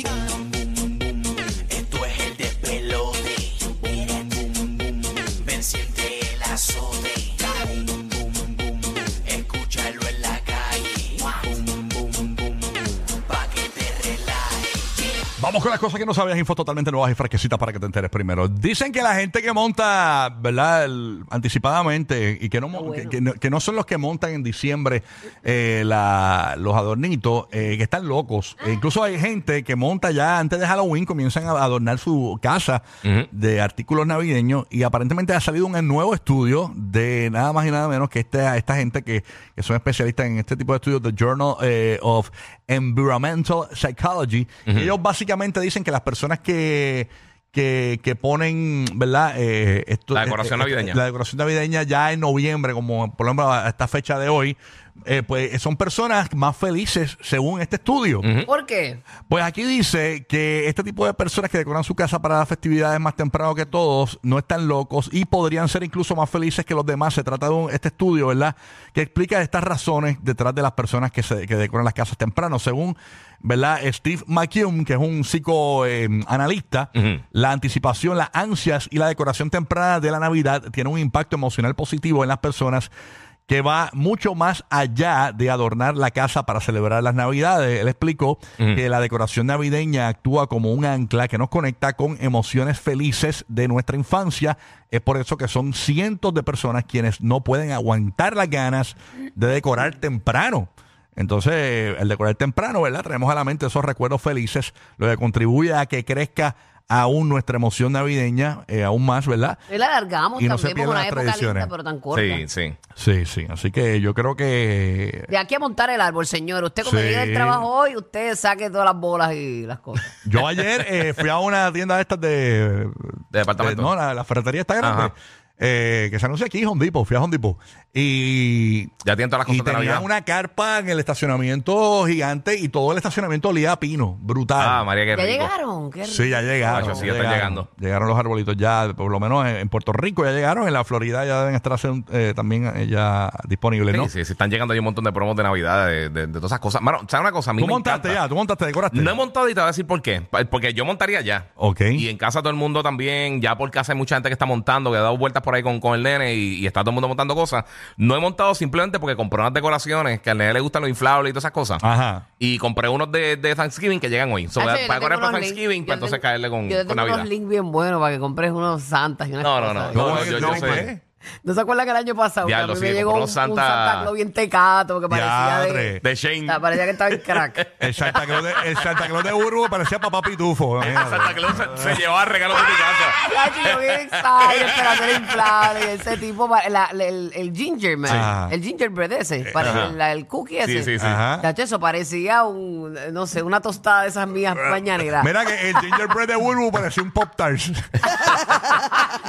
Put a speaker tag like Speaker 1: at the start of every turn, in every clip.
Speaker 1: Esto es el despelote. Ven, siente el azote. Escúchalo en la calle. Pa' que te relajes.
Speaker 2: Vamos con las cosas que no sabías, infos totalmente nuevas y fresquecitas para que te enteres primero. Dicen que la gente que monta, ¿verdad? El- anticipadamente y que no, mon- que, que no, que no son los que montan en diciembre eh, la- los adornitos, eh, que están locos. E incluso hay gente que monta ya antes de Halloween, comienzan a adornar su casa de artículos navideños y aparentemente ha salido un nuevo estudio de nada más y nada menos que esta, esta gente que, que son especialistas en este tipo de estudios, The Journal eh, of Environmental Psychology. Ellos básicamente dicen que las personas que que, que ponen, ¿verdad? Eh, esto-
Speaker 3: La decoración
Speaker 2: eh, eh,
Speaker 3: navideña.
Speaker 2: La decoración navideña ya en noviembre, como por ejemplo a esta fecha de hoy, eh, pues son personas más felices según este estudio.
Speaker 4: ¿Por qué?
Speaker 2: Pues aquí dice que este tipo de personas que decoran su casa para las festividades más temprano que todos no están locos y podrían ser incluso más felices que los demás. Se trata de un- este estudio, ¿verdad? Que explica estas razones detrás de las personas que, se, que decoran las casas temprano. Según, ¿verdad? Steve McCune, que es un psicoanalista, la anticipación, las ansias y la decoración temprana de la Navidad tienen un impacto emocional positivo en las personas que va mucho más allá de adornar la casa para celebrar las navidades. Él explicó que la decoración navideña actúa como un ancla que nos conecta con emociones felices de nuestra infancia. Es por eso que son cientos de personas quienes no pueden aguantar las ganas de decorar temprano. Entonces, el decorar temprano, ¿verdad? Traemos a la mente esos recuerdos felices, lo que contribuye a que crezca aún nuestra emoción navideña, eh, aún más, ¿verdad?
Speaker 4: Hoy la alargamos
Speaker 2: Y no se pierdan
Speaker 4: también por una
Speaker 2: las
Speaker 4: época
Speaker 2: tradiciones.
Speaker 4: linda, pero tan corta.
Speaker 3: Sí, sí.
Speaker 2: Sí, sí. Así que yo creo que
Speaker 4: De aquí a montar el árbol, señor. Usted cuando
Speaker 2: Sí.
Speaker 4: llegue del trabajo hoy, usted saque todas las bolas y las cosas.
Speaker 2: Yo ayer eh, fui a una tienda de estas de...
Speaker 3: De departamento.
Speaker 2: no, la, la ferretería está grande.
Speaker 3: Ajá.
Speaker 2: eh, que se anuncia aquí, Home Depot. Fui a Home Depot. Y...
Speaker 3: Ya tienen todas las
Speaker 2: Y
Speaker 3: cosas de
Speaker 2: tenía
Speaker 3: Navidad.
Speaker 2: una carpa en el estacionamiento gigante y todo el estacionamiento olía a pino. Brutal.
Speaker 3: Ah, María, qué
Speaker 4: ¿Ya
Speaker 3: rico.
Speaker 4: llegaron? Qué
Speaker 2: Sí, ya
Speaker 4: rico.
Speaker 2: llegaron.
Speaker 3: Macho, sí, ya están llegando.
Speaker 2: Llegaron los arbolitos ya, por lo menos en, en Puerto Rico ya llegaron. En la Florida ya deben estar hace un- eh, también eh, ya disponibles, ¿no?
Speaker 3: Sí, sí, sí, están llegando ahí un montón de promos de Navidad, de, de- de todas esas cosas. Mano, ¿sabes una cosa? A mí
Speaker 2: Tú
Speaker 3: me
Speaker 2: montaste
Speaker 3: encanta.
Speaker 2: ya, tú montaste, decoraste.
Speaker 3: No he montado y te voy a decir por qué. Pa- Porque yo montaría ya.
Speaker 2: Ok.
Speaker 3: Y en casa todo el mundo también, ya por casa hay mucha gente que está montando, que ha dado vueltas por ahí con, con el nene y, y está todo el mundo montando cosas. No he montado simplemente porque compré unas decoraciones, que al nene le gustan los inflables y todas esas cosas.
Speaker 2: Ajá.
Speaker 3: Y compré unos de, de Thanksgiving que llegan hoy. So,
Speaker 4: Ah,
Speaker 3: voy a-
Speaker 4: sí, yo
Speaker 3: voy a
Speaker 4: tengo
Speaker 3: correr para
Speaker 4: unos
Speaker 3: Thanksgiving
Speaker 4: links.
Speaker 3: para
Speaker 4: Yo
Speaker 3: entonces
Speaker 4: tengo-
Speaker 3: caerle con,
Speaker 4: Yo te
Speaker 3: con
Speaker 4: tengo
Speaker 3: Navidad.
Speaker 4: unos links bien buenos para que compres unos santas y unas
Speaker 3: No, no, no.
Speaker 4: cosas. ¿No?
Speaker 2: ¿Cómo
Speaker 3: no,
Speaker 2: es?
Speaker 3: yo- yo
Speaker 2: ¿No pues,
Speaker 3: sé.
Speaker 2: qué?
Speaker 4: se acuerdan que el año pasado? que
Speaker 3: Diablo,
Speaker 4: a mí
Speaker 3: sí,
Speaker 4: me
Speaker 3: que
Speaker 4: llegó
Speaker 3: compró
Speaker 4: un, un
Speaker 3: Santa-
Speaker 4: Santa Claus bien tecato que parecía
Speaker 2: Diadre.
Speaker 4: de...
Speaker 3: De Shane.
Speaker 4: Ah, Parecía que estaba en crack.
Speaker 2: El Santa Claus de, el Santa Claus de Burbu parecía papá pitufo. imagínate.
Speaker 3: Santa Claus se, se llevaba regalos de mi casa.
Speaker 4: Ya, chico, bien extraño, esperando el inflable. y Ese tipo, pa- la- la- el, el ginger man,
Speaker 2: Ajá.
Speaker 4: el gingerbread ese,
Speaker 2: Eh,
Speaker 4: para
Speaker 3: ajá.
Speaker 4: el, la- el cookie ese.
Speaker 3: Sí, sí, sí.
Speaker 2: Ajá.
Speaker 4: Chacho, eso parecía un, no sé, una tostada de esas mías mañaneras.
Speaker 2: Mira que el gingerbread de Burbu parecía un pop tart.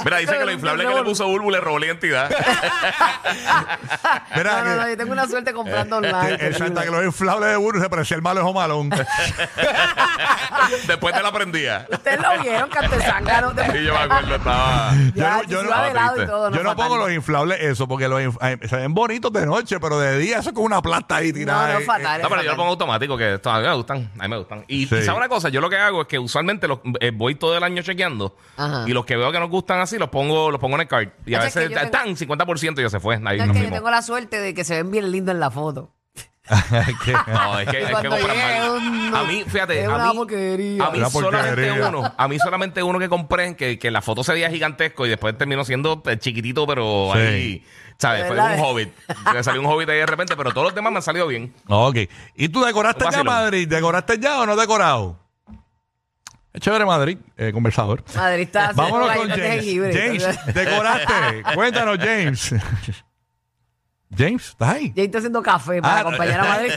Speaker 3: Mira, dice que lo inflable que le puso Bulbu le robó la identidad.
Speaker 2: Mira
Speaker 4: no, no, no,
Speaker 2: que Este,
Speaker 4: yo tengo una suerte comprando online.
Speaker 2: el, el Santa
Speaker 4: terrible.
Speaker 2: Claus inflable de Burbu se parecía al malo de Jomalón.
Speaker 3: Después te la prendía.
Speaker 4: Ustedes lo vieron, cantezangano.
Speaker 3: Sí, yo me acuerdo, estaba.
Speaker 4: Ya,
Speaker 2: Yo no- yo
Speaker 4: se
Speaker 2: no-
Speaker 4: iba de lado y
Speaker 3: triste.
Speaker 4: todo,
Speaker 2: Yo no
Speaker 4: fatal.
Speaker 2: pongo los inflables eso porque los inf- ay, se ven bonitos de noche, pero de día eso es como una plasta ahí tirada.
Speaker 4: No, no,
Speaker 2: eh,
Speaker 4: fatal.
Speaker 3: No, pero yo lo pongo automático, que esto- a mí me gustan. A mí me gustan. Y,
Speaker 2: Sí.
Speaker 3: y ¿sabes una cosa? Yo lo que hago es que usualmente los, eh, voy todo el año chequeando.
Speaker 4: Ajá.
Speaker 3: Y los que veo que nos gustan así, los pongo, los pongo en el cart. Y a
Speaker 4: Es que
Speaker 3: veces
Speaker 4: yo tengo-
Speaker 3: están 50% y ya se fue. Ahí nos
Speaker 4: No, es que yo
Speaker 3: fuimos.
Speaker 4: tengo la suerte de que se ven bien lindos en la foto.
Speaker 2: eh, que-
Speaker 3: No, es que,
Speaker 4: Y
Speaker 3: es que
Speaker 4: cuando
Speaker 3: compran
Speaker 4: llega
Speaker 3: mal.
Speaker 4: un-
Speaker 3: a mí, fíjate,
Speaker 4: es
Speaker 3: a
Speaker 4: una
Speaker 3: mí,
Speaker 4: porquería.
Speaker 3: a mí
Speaker 2: Una
Speaker 3: solamente
Speaker 2: porquería.
Speaker 3: uno, a mí solamente uno que compré, que, que la foto se veía gigantesco y después terminó siendo eh, chiquitito, pero
Speaker 2: Sí.
Speaker 3: ahí, ¿sabes? Fue
Speaker 4: ¿Verdad?
Speaker 3: un hobbit. Me salió un hobbit ahí de repente, pero todos los demás me han salido bien.
Speaker 2: ok. ¿Y tú decoraste ya
Speaker 3: Vacilón.
Speaker 2: Madrid? ¿Decoraste ya o no decorado? Es chévere Madrid, eh, conversador.
Speaker 4: Madrid está haciendo
Speaker 2: Vámonos con
Speaker 4: galletas de
Speaker 2: James.
Speaker 4: jengibre.
Speaker 2: James, decoraste. Cuéntanos, James. James, ¿estás ahí?
Speaker 4: Ya está haciendo café para
Speaker 2: Ah,
Speaker 4: acompañar a Madrid.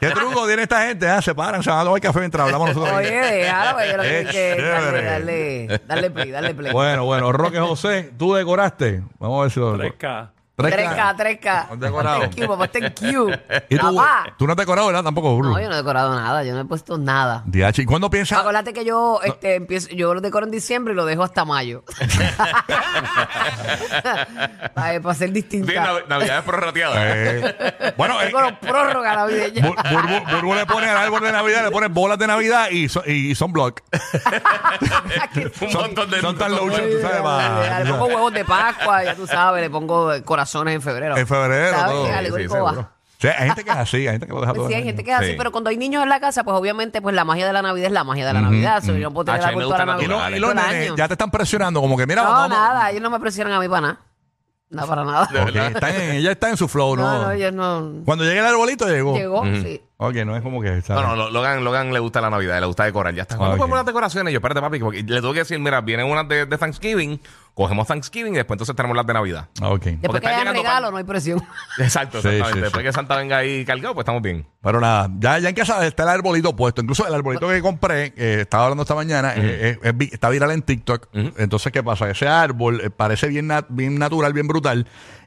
Speaker 2: ¿Qué truco tiene esta gente? Ah, se paran, se van a tomar café mientras hablamos nosotros.
Speaker 4: Oye, déjalo, que yo lo que hay que
Speaker 2: Eh,
Speaker 4: darle,
Speaker 2: chévere.
Speaker 4: darle, darle play, darle play.
Speaker 2: Bueno, bueno, Roque José, tú decoraste. Vamos a ver si lo
Speaker 5: 3K.
Speaker 4: 3K, 3K.
Speaker 2: ¿No has decorado?
Speaker 4: Ponte en Q, papá, está en Q.
Speaker 2: ¿Y tú,
Speaker 4: Papá.
Speaker 2: tú no has decorado, ¿verdad? Tampoco, Burro.
Speaker 4: No, yo no he decorado nada, yo no he puesto nada.
Speaker 2: DH, ¿y cuándo piensas?
Speaker 4: Acuérdate que yo este, empiezo, yo lo decoro en diciembre y lo dejo hasta mayo. para, para ser
Speaker 3: Sí,
Speaker 4: distinta.
Speaker 3: nav- Navidad es prorrateada.
Speaker 2: Eh, bueno, eh,
Speaker 4: Tengo los prórroga navideña.
Speaker 2: Bur- Burbu, Burbu le pone al árbol de Navidad, le pone bolas de Navidad y, son- y son block.
Speaker 3: Un
Speaker 2: Son-
Speaker 3: montón de
Speaker 2: son tan low
Speaker 4: Ay,
Speaker 2: tú sabes, va.
Speaker 4: dale, Le pongo huevos de Pascua, ya tú sabes, le pongo eh, corazones en febrero.
Speaker 2: En febrero,
Speaker 4: ¿Sabes?
Speaker 2: todo.
Speaker 4: Dale,
Speaker 3: Sí, sí,
Speaker 4: Córdoba.
Speaker 3: seguro.
Speaker 2: Sí, hay gente que es así, hay gente que lo deja
Speaker 4: Pues
Speaker 2: todo.
Speaker 4: sí,
Speaker 2: el
Speaker 4: hay
Speaker 2: año.
Speaker 4: gente que es así,
Speaker 3: Sí.
Speaker 4: pero cuando hay niños en la casa, pues obviamente pues la magia de la Navidad es la magia de la Navidad. so, yo no puedo tener
Speaker 3: Acho, a
Speaker 4: la
Speaker 3: mí me
Speaker 4: culpa de la
Speaker 2: y
Speaker 3: gustan los
Speaker 4: Navidad.
Speaker 2: los, y
Speaker 4: todo
Speaker 2: los
Speaker 4: el
Speaker 2: nenes
Speaker 4: año.
Speaker 2: ya te están presionando, como que mira,
Speaker 4: No,
Speaker 2: vamos,
Speaker 4: nada, ellos no me presionan a mí para nada. No, para nada.
Speaker 2: Ok, están en- ella está en su flow, ¿no? Oh.
Speaker 4: No, no, ellos no.
Speaker 2: Cuando llegue el arbolito, llegó.
Speaker 4: Llegó, sí.
Speaker 2: Ok, no es como que. está-
Speaker 3: No, no, Lo- Logan, Logan le gusta la Navidad, le gusta decorar. Ya está. ¿Cuándo
Speaker 2: Ah, ok.
Speaker 3: ponemos las decoraciones? Yo, espérate, papi, porque le tuve que decir, mira, vienen unas de, de Thanksgiving, cogemos Thanksgiving y después entonces tenemos las de Navidad.
Speaker 2: Ok.
Speaker 4: Después
Speaker 3: está
Speaker 4: que haya
Speaker 3: llegando
Speaker 4: regalo,
Speaker 3: pan-
Speaker 4: no hay presión.
Speaker 3: Exacto,
Speaker 2: Sí,
Speaker 3: exactamente.
Speaker 2: sí, sí.
Speaker 3: Después que Santa venga ahí cargado, pues estamos bien.
Speaker 2: Pero nada, ya, ya en casa está el arbolito puesto. Incluso el arbolito que compré, eh, estaba hablando esta mañana, eh, es- es vi- está viral en TikTok. Entonces, ¿qué pasa? Ese árbol eh, parece bien, nat- bien natural, bien brutal.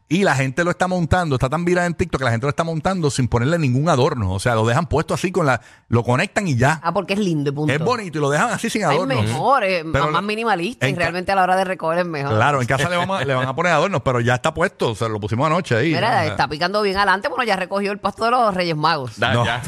Speaker 2: Y la gente lo está montando, está tan viral en TikTok que la gente lo está montando sin ponerle ningún adorno. O sea, lo dejan puesto así con la. Lo conectan y ya.
Speaker 4: Ah, porque es lindo y punto.
Speaker 2: Es bonito y lo dejan así sin
Speaker 4: Hay
Speaker 2: adornos.
Speaker 4: mejores,
Speaker 2: Pero-
Speaker 4: más, más minimalista y
Speaker 2: en ca-
Speaker 4: realmente a la hora de recoger es mejor.
Speaker 2: Claro, en casa le, vamos a- le van a poner adornos, pero ya está puesto. O sea, lo pusimos anoche ahí.
Speaker 4: Mira,
Speaker 2: ¿no?
Speaker 4: está picando bien adelante, bueno, ya recogió el pasto de los Reyes Magos.
Speaker 3: Da,
Speaker 2: No.
Speaker 3: Ya.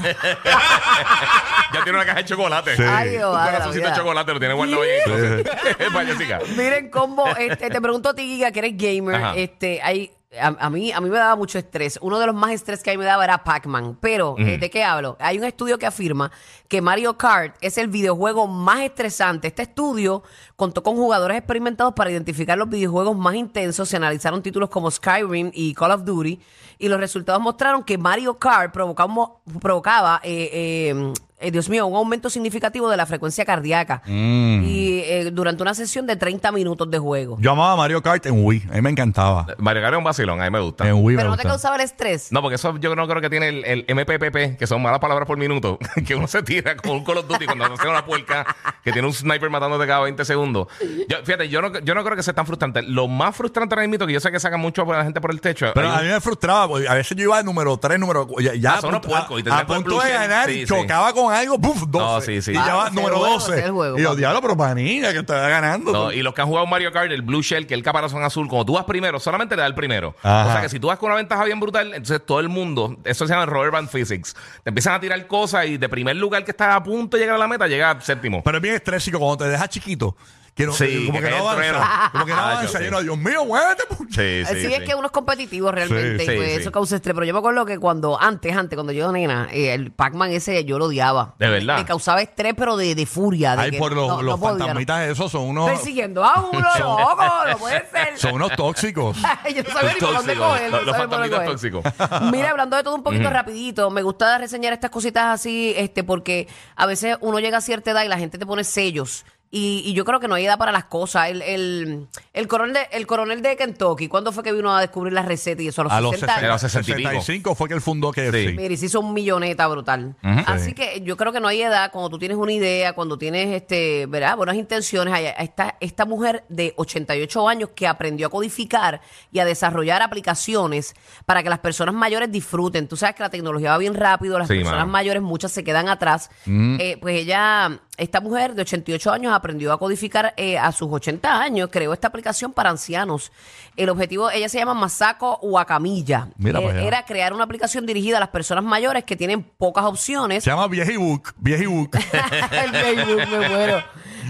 Speaker 3: ya tiene una caja de chocolate.
Speaker 2: Sí.
Speaker 4: Ay, Dios,
Speaker 3: Un
Speaker 4: madre, la
Speaker 3: corazoncito de
Speaker 4: vida.
Speaker 3: chocolate lo tiene guardado ahí. entonces. Para Jessica.
Speaker 4: Miren combo, este, te pregunto a ti, Giga, que eres gamer,
Speaker 3: Ajá.
Speaker 4: este, hay, a, a mí, a mí me daba mucho estrés. Uno de los más estrés que a mí me daba era Pac-Man. Pero, eh, ¿de qué hablo? Hay un estudio que afirma que Mario Kart es el videojuego más estresante. Este estudio contó con jugadores experimentados para identificar los videojuegos más intensos. Se analizaron títulos como Skyrim y Call of Duty. Y los resultados mostraron que Mario Kart provocaba, mo- provocaba eh, eh, eh, Dios mío, un aumento significativo de la frecuencia cardíaca. Y eh, durante una sesión de 30 minutos de juego.
Speaker 2: Yo amaba Mario Kart en Wii. A mí me encantaba.
Speaker 3: Mario Kart es un vacilón, a mí me gusta.
Speaker 2: En Wii
Speaker 4: Pero
Speaker 2: me
Speaker 4: no te
Speaker 2: gustaba.
Speaker 4: causaba el estrés.
Speaker 3: No, porque eso yo no creo que tiene el, el MPPP, que son malas palabras por minuto, que uno se tira con un Call of Duty cuando hace una puerca, que tiene un sniper matándote cada 20 segundos. Yo, fíjate, yo no, yo no creo que sea tan frustrante. Lo más frustrante ahora mismo, que yo sé que sacan mucho a la gente por el techo.
Speaker 2: Pero
Speaker 3: hay
Speaker 2: a mí me frustraba, porque a veces yo iba de número 3, número 4. Ya, ya
Speaker 3: Ah, son unos puercos, y te
Speaker 2: a, a
Speaker 3: sacan el
Speaker 2: punto de
Speaker 3: blue shell.
Speaker 2: ganar
Speaker 3: Sí,
Speaker 2: y
Speaker 3: sí.
Speaker 2: chocaba con algo, ¡puf! 12.
Speaker 3: No, sí, sí.
Speaker 2: Y ya
Speaker 4: Ah,
Speaker 2: va
Speaker 4: ese
Speaker 2: número
Speaker 4: juego,
Speaker 2: 12.
Speaker 4: ese juego,
Speaker 2: y yo,
Speaker 4: papi.
Speaker 2: diablo, pero manilla, que estaba ganando.
Speaker 3: No, y los que han jugado Mario Kart, el Blue Shell, que es el caparazón azul, cuando tú vas primero, solamente le da el primero.
Speaker 2: Ajá.
Speaker 3: O sea que si tú vas con una ventaja bien brutal, entonces todo el mundo, eso se llama Robert Band Physics, te empiezan a tirar cosas y de primer lugar que está a punto de llegar a la meta, llega séptimo.
Speaker 2: Pero es bien estrésico cuando te dejas chiquito. Que no,
Speaker 3: Sí,
Speaker 2: como
Speaker 3: que
Speaker 2: que,
Speaker 3: cae
Speaker 2: no
Speaker 3: el trueno.
Speaker 2: avanza. Como que no
Speaker 3: Ah, yo
Speaker 2: avanza.
Speaker 3: sí.
Speaker 2: Yo no, Dios mío, muévete. pu-
Speaker 3: Sí,
Speaker 4: Así
Speaker 3: sí,
Speaker 4: Eh, es
Speaker 3: sí.
Speaker 4: que uno es competitivo realmente
Speaker 3: Sí,
Speaker 4: y pues
Speaker 3: sí, sí.
Speaker 4: eso causa estrés. Pero yo me acuerdo que cuando, antes, antes, cuando yo era nena, eh, el Pac-Man ese yo lo odiaba.
Speaker 3: De verdad.
Speaker 4: Me causaba estrés, pero de, de furia. De
Speaker 2: Ay,
Speaker 4: que
Speaker 2: por los,
Speaker 4: no- no
Speaker 2: los
Speaker 4: podía, no.
Speaker 2: fantasmitas esos son unos,
Speaker 4: Persiguiendo a uno, loco, no puede ser.
Speaker 2: son unos tóxicos.
Speaker 4: yo no sabía ni por dónde
Speaker 3: Tóxicos,
Speaker 4: coger. no
Speaker 3: los- los
Speaker 4: sabía por dónde
Speaker 3: fantasmitas
Speaker 4: coger.
Speaker 3: tóxicos.
Speaker 4: Mira, hablando de todo un poquito rapidito, me gusta reseñar estas cositas así, este, porque a veces uno llega a cierta edad y la gente te pone sellos. Y, y yo creo que no hay edad para las cosas. El, el, el, coronel de, el coronel de Kentucky, ¿cuándo fue que vino a descubrir las recetas y eso? A los
Speaker 2: A
Speaker 4: 60
Speaker 2: los
Speaker 4: años.
Speaker 2: 60,
Speaker 3: Era 60 y pico.
Speaker 2: 65 fue que él fundó KFC.
Speaker 3: Sí.
Speaker 4: Mira, y se hizo un milloneta brutal. Así
Speaker 2: Sí.
Speaker 4: que yo creo que no hay edad, cuando tú tienes una idea, cuando tienes, este, ¿verdad? Buenas intenciones. Ahí está esta mujer de 88 años que aprendió a codificar y a desarrollar aplicaciones para que las personas mayores disfruten. Tú sabes que la tecnología va bien rápido, las
Speaker 3: Sí,
Speaker 4: personas
Speaker 3: mano.
Speaker 4: mayores muchas se quedan atrás.
Speaker 2: Mm.
Speaker 4: Eh, pues ella, esta mujer de 88 años aprendió a codificar eh, a sus 80 años, creó esta aplicación para ancianos. El objetivo, ella se llama Masako Wakamilla.
Speaker 2: Mira
Speaker 4: Eh,
Speaker 2: para allá.
Speaker 4: era crear una aplicación dirigida a las personas mayores que tienen pocas opciones.
Speaker 2: Se llama Viejibook. Viejibook.
Speaker 4: El Facebook, me muero.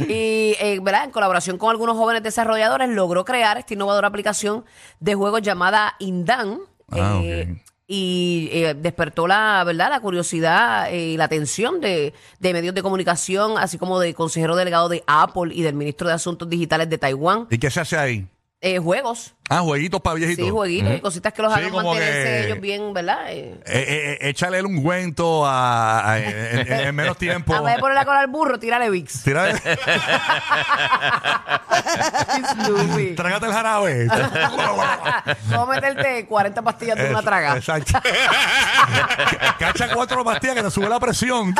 Speaker 4: Y, eh, ¿verdad? En colaboración con algunos jóvenes desarrolladores, logró crear esta innovadora aplicación de juegos llamada Indan.
Speaker 2: Ah,
Speaker 4: eh,
Speaker 2: ok.
Speaker 4: Y eh, despertó la verdad la curiosidad eh, y la atención de, de medios de comunicación, así como de consejero delegado de Apple y del ministro de Asuntos Digitales de Taiwán.
Speaker 2: ¿Y qué se hace ahí?
Speaker 4: eh, juegos.
Speaker 2: Ah, jueguitos para viejitos.
Speaker 4: Sí, jueguitos y cositas que los
Speaker 2: Sí,
Speaker 4: hagan
Speaker 2: como
Speaker 4: mantenerse
Speaker 2: que-
Speaker 4: ellos bien, ¿verdad? Eh,
Speaker 2: Eh, eh, eh, échale el ungüento a, a- en, en- en menos tiempo.
Speaker 4: a vez de ponerle la cola al burro, tírale Vicks.
Speaker 2: Tira,
Speaker 4: Snoopy.
Speaker 2: trágate el jarabe.
Speaker 4: Vamos a meterte 40 pastillas de una
Speaker 2: Eso,
Speaker 4: traga.
Speaker 2: Exacto. Cacha cuatro pastillas que te sube la presión.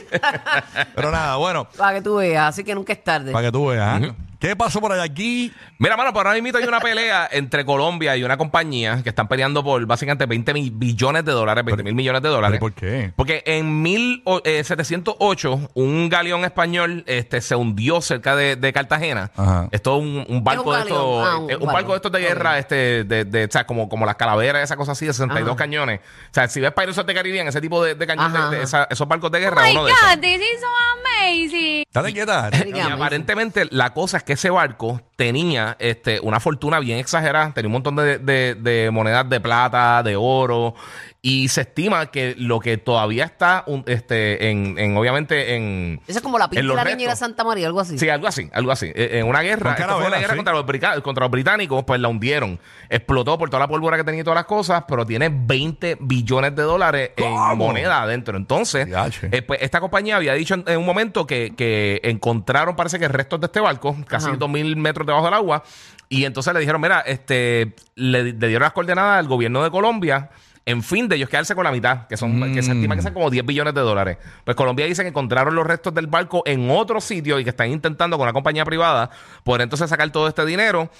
Speaker 2: Pero nada, bueno,
Speaker 4: Para que tú veas, así que nunca es tarde.
Speaker 2: para que tú veas. ¿ah? ¿Qué pasó por allá aquí?
Speaker 3: Mira, mano, por ahora mismo hay una pelea entre Colombia y una compañía que están peleando por básicamente 20 mil billones de dólares, 20 mil millones de dólares.
Speaker 2: ¿Pero por qué?
Speaker 3: Porque en 1708 un galeón español este, se hundió cerca de, de Cartagena.
Speaker 2: Ajá.
Speaker 3: Esto es un, un barco de
Speaker 4: Es un
Speaker 3: estos,
Speaker 4: galeón. Ah, un
Speaker 3: eh, un,
Speaker 4: barco.
Speaker 3: barco de estos de guerra,
Speaker 4: Ok.
Speaker 3: este, de, de- o sea, como, como las calaveras, esas cosas así, de 62
Speaker 4: Ajá.
Speaker 3: cañones. O sea, si ves Pirates of the Caribbean, ese tipo de, de cañones,
Speaker 4: Ajá,
Speaker 3: de- de
Speaker 4: ajá.
Speaker 3: esa- esos barcos de guerra,
Speaker 6: Oh my
Speaker 3: uno de esos.
Speaker 6: god, this is so amazing.
Speaker 2: Dale quieta.
Speaker 3: Y
Speaker 4: Dígame.
Speaker 3: aparentemente la cosa es que ese barco tenía este, una fortuna bien exagerada, tenía un montón de, de- de monedas de plata, de oro, y se estima que lo que todavía está un- este, en, en, obviamente en...
Speaker 4: Eso es como la pinta
Speaker 3: en
Speaker 4: de
Speaker 3: los
Speaker 4: la niñera
Speaker 3: restos.
Speaker 4: Santa María, algo así.
Speaker 3: Sí, algo así, algo así. Eh, En una
Speaker 2: Con
Speaker 3: guerra, esto fue una
Speaker 2: calaveras,
Speaker 3: guerra
Speaker 2: sí.
Speaker 3: contra, los brica- contra los británicos, pues la hundieron. Explotó por toda la pólvora que tenía y todas las cosas, pero tiene 20 billones de dólares
Speaker 2: ¿Cómo?
Speaker 3: en moneda adentro. Entonces,
Speaker 2: Diache.
Speaker 3: eh, pues, esta compañía había dicho en, en un momento que, que encontraron, parece que restos de este barco, casi
Speaker 4: Ajá.
Speaker 3: 2.000 metros debajo del agua, y entonces le dijeron, mira, este, le, le dieron las coordenadas al gobierno de Colombia. En fin, de ellos quedarse con la mitad, que son que se
Speaker 2: Mm.
Speaker 3: estima que son como 10 billones de dólares. Pues Colombia dice que encontraron los restos del barco en otro sitio y que están intentando con una compañía privada poder entonces sacar todo este dinero.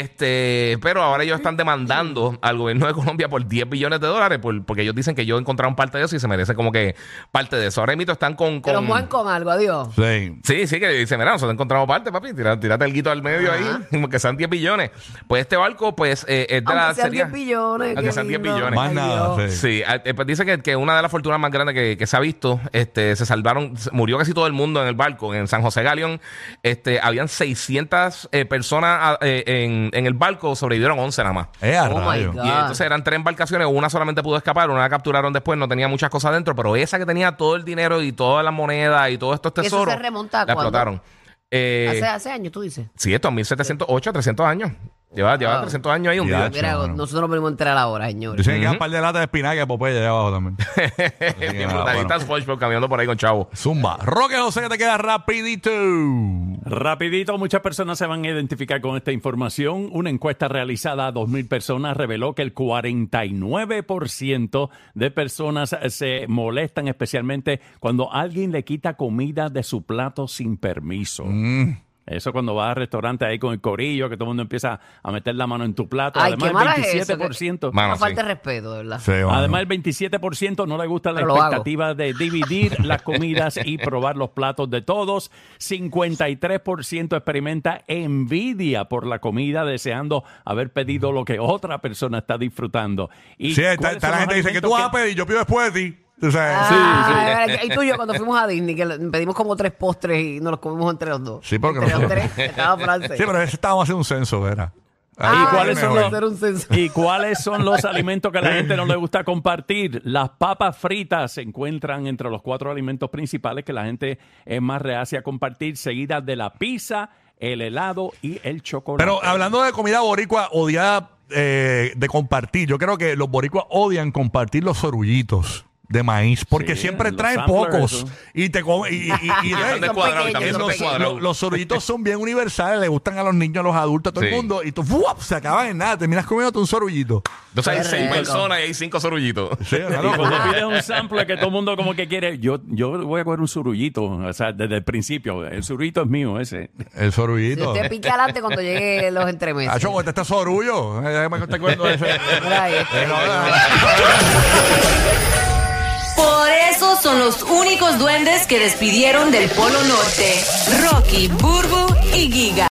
Speaker 3: Este, pero ahora ellos están demandando al gobierno de Colombia por 10 billones de dólares por- porque ellos dicen que ellos encontraron parte de eso y se merece como que parte de eso. Ahora mismo están con...
Speaker 4: Que los
Speaker 3: con-
Speaker 4: mojen con algo, adiós.
Speaker 2: Sí.
Speaker 3: Sí, sí, que dice, mira, nosotros encontramos parte, papi, tira- tírate el guito al medio
Speaker 4: Ajá.
Speaker 3: ahí, que sean 10 billones. Pues este barco, pues, eh, es de la
Speaker 4: Aunque sean
Speaker 3: sería-
Speaker 4: 10 billones.
Speaker 3: Aunque
Speaker 4: qué
Speaker 3: sean 10
Speaker 4: lindo.
Speaker 3: billones.
Speaker 2: Más
Speaker 4: Ay,
Speaker 2: nada.
Speaker 4: Dios.
Speaker 2: sí.
Speaker 3: Sí, ah, eh, pues dice que, que una de las fortunas más grandes que, que se ha visto, este, se salvaron, se- murió casi todo el mundo en el barco, en San José Galeón, este, habían 600 eh, personas ah, eh, en, en el barco, sobrevivieron 11 nada más.
Speaker 2: Eh, a
Speaker 4: Oh my
Speaker 2: rayo.
Speaker 4: God.
Speaker 3: Y entonces eran tres embarcaciones, una solamente pudo escapar, una la capturaron después, no tenía muchas cosas dentro, pero esa que tenía todo el dinero y todas las monedas y todos estos
Speaker 4: ¿Eso se
Speaker 3: tesoros,
Speaker 4: remonta a
Speaker 3: la
Speaker 4: cuándo?
Speaker 3: explotaron. Eh,
Speaker 4: Hace, hace años, tú dices.
Speaker 3: Sí, esto es 1708, 300 años. Lleva, lleva
Speaker 4: Wow.
Speaker 3: 300 años ahí
Speaker 2: Ya.
Speaker 3: hundido.
Speaker 4: Mira,
Speaker 2: Chacho, mano.
Speaker 4: nosotros nos venimos a enterar ahora, señores.
Speaker 2: Dicen que hay un par de latas de espinaca de Popeye allá abajo también. Así que
Speaker 3: Bien
Speaker 2: nada,
Speaker 3: brutal. Ahí
Speaker 2: bueno.
Speaker 3: está SpongeBob caminando por ahí con Chavo.
Speaker 2: Zumba. Roque José que te queda rapidito.
Speaker 7: Rapidito, muchas personas se van a identificar con esta información. Una encuesta realizada a 2.000 personas reveló que el 49% de personas se molestan especialmente cuando alguien le quita comida de su plato sin permiso. Eso cuando vas al restaurante ahí con el corillo, que todo el mundo empieza a meter la mano en tu plato.
Speaker 4: Ay,
Speaker 7: Además,
Speaker 4: qué mala
Speaker 7: el
Speaker 4: es eso,
Speaker 7: 27%.
Speaker 3: que- Mano,
Speaker 4: Una falta
Speaker 3: sí.
Speaker 4: de respeto, de verdad.
Speaker 2: Sí, mano.
Speaker 7: Además, el 27% no le gusta la
Speaker 4: Pero lo hago.
Speaker 7: expectativa de dividir las comidas y probar los platos de todos. 53% experimenta envidia por la comida, deseando haber pedido lo que otra persona está disfrutando. ¿Y
Speaker 2: Sí, está,
Speaker 7: cuáles
Speaker 2: está
Speaker 7: son
Speaker 2: la
Speaker 7: los
Speaker 2: gente dice que tú vas a
Speaker 7: alimentos
Speaker 2: pedir, yo pido después de ti. Tú sabes.
Speaker 4: Ah, Y tú y yo, cuando fuimos a Disney, que le- pedimos como tres postres y nos los comimos entre los dos.
Speaker 2: Sí, porque
Speaker 4: entre los
Speaker 2: nosotros-
Speaker 4: tres, estaba francés.
Speaker 2: Sí, pero ese estábamos haciendo un censo, ¿verdad?
Speaker 4: Ah,
Speaker 7: ¿Y cuáles
Speaker 4: vamos
Speaker 7: son
Speaker 4: a
Speaker 7: los-
Speaker 4: hacer un censo.
Speaker 7: ¿Y cuáles son los alimentos que a la gente no le gusta compartir? Las papas fritas se encuentran entre los cuatro alimentos principales que la gente es más reacia a compartir, seguidas de la pizza, el helado y el chocolate.
Speaker 2: Pero hablando de comida boricua, odiada eh, de compartir, yo creo que los boricuas odian compartir los sorullitos de maíz porque
Speaker 7: Sí,
Speaker 2: siempre
Speaker 7: los
Speaker 2: traen
Speaker 7: samplers,
Speaker 2: pocos
Speaker 7: eso.
Speaker 2: y te comen y, y- y- y-
Speaker 3: Y están
Speaker 4: son
Speaker 3: de cuadrado, y
Speaker 4: pequeños,
Speaker 3: también
Speaker 4: son
Speaker 3: son de
Speaker 4: pequeños.
Speaker 3: cuadrado.
Speaker 2: los, los sorullitos son bien universales le gustan a los niños a los adultos a todo el
Speaker 3: Sí.
Speaker 2: mundo y tú ¡fuap! se acaban en nada terminas comiéndote un sorullito
Speaker 3: Entonces hay
Speaker 4: Qué
Speaker 3: seis
Speaker 4: rico.
Speaker 3: personas y hay cinco sorullitos.
Speaker 2: sí, una
Speaker 7: Y cuando
Speaker 2: locura.
Speaker 7: pides un sample que todo el mundo como que quiere, yo, yo voy a coger un surullito, o sea, desde el principio. El surullito es mío ese.
Speaker 2: el
Speaker 4: Si
Speaker 2: sorullito
Speaker 4: usted pique adelante cuando llegue los entremeses.
Speaker 2: Acho, este está sorullo Eh, déjame que te cuento eso.
Speaker 4: Mira este.
Speaker 2: Eh, no, no, no.
Speaker 8: Por eso son los únicos duendes que despidieron del Polo Norte. Rocky, Burbu y Giga.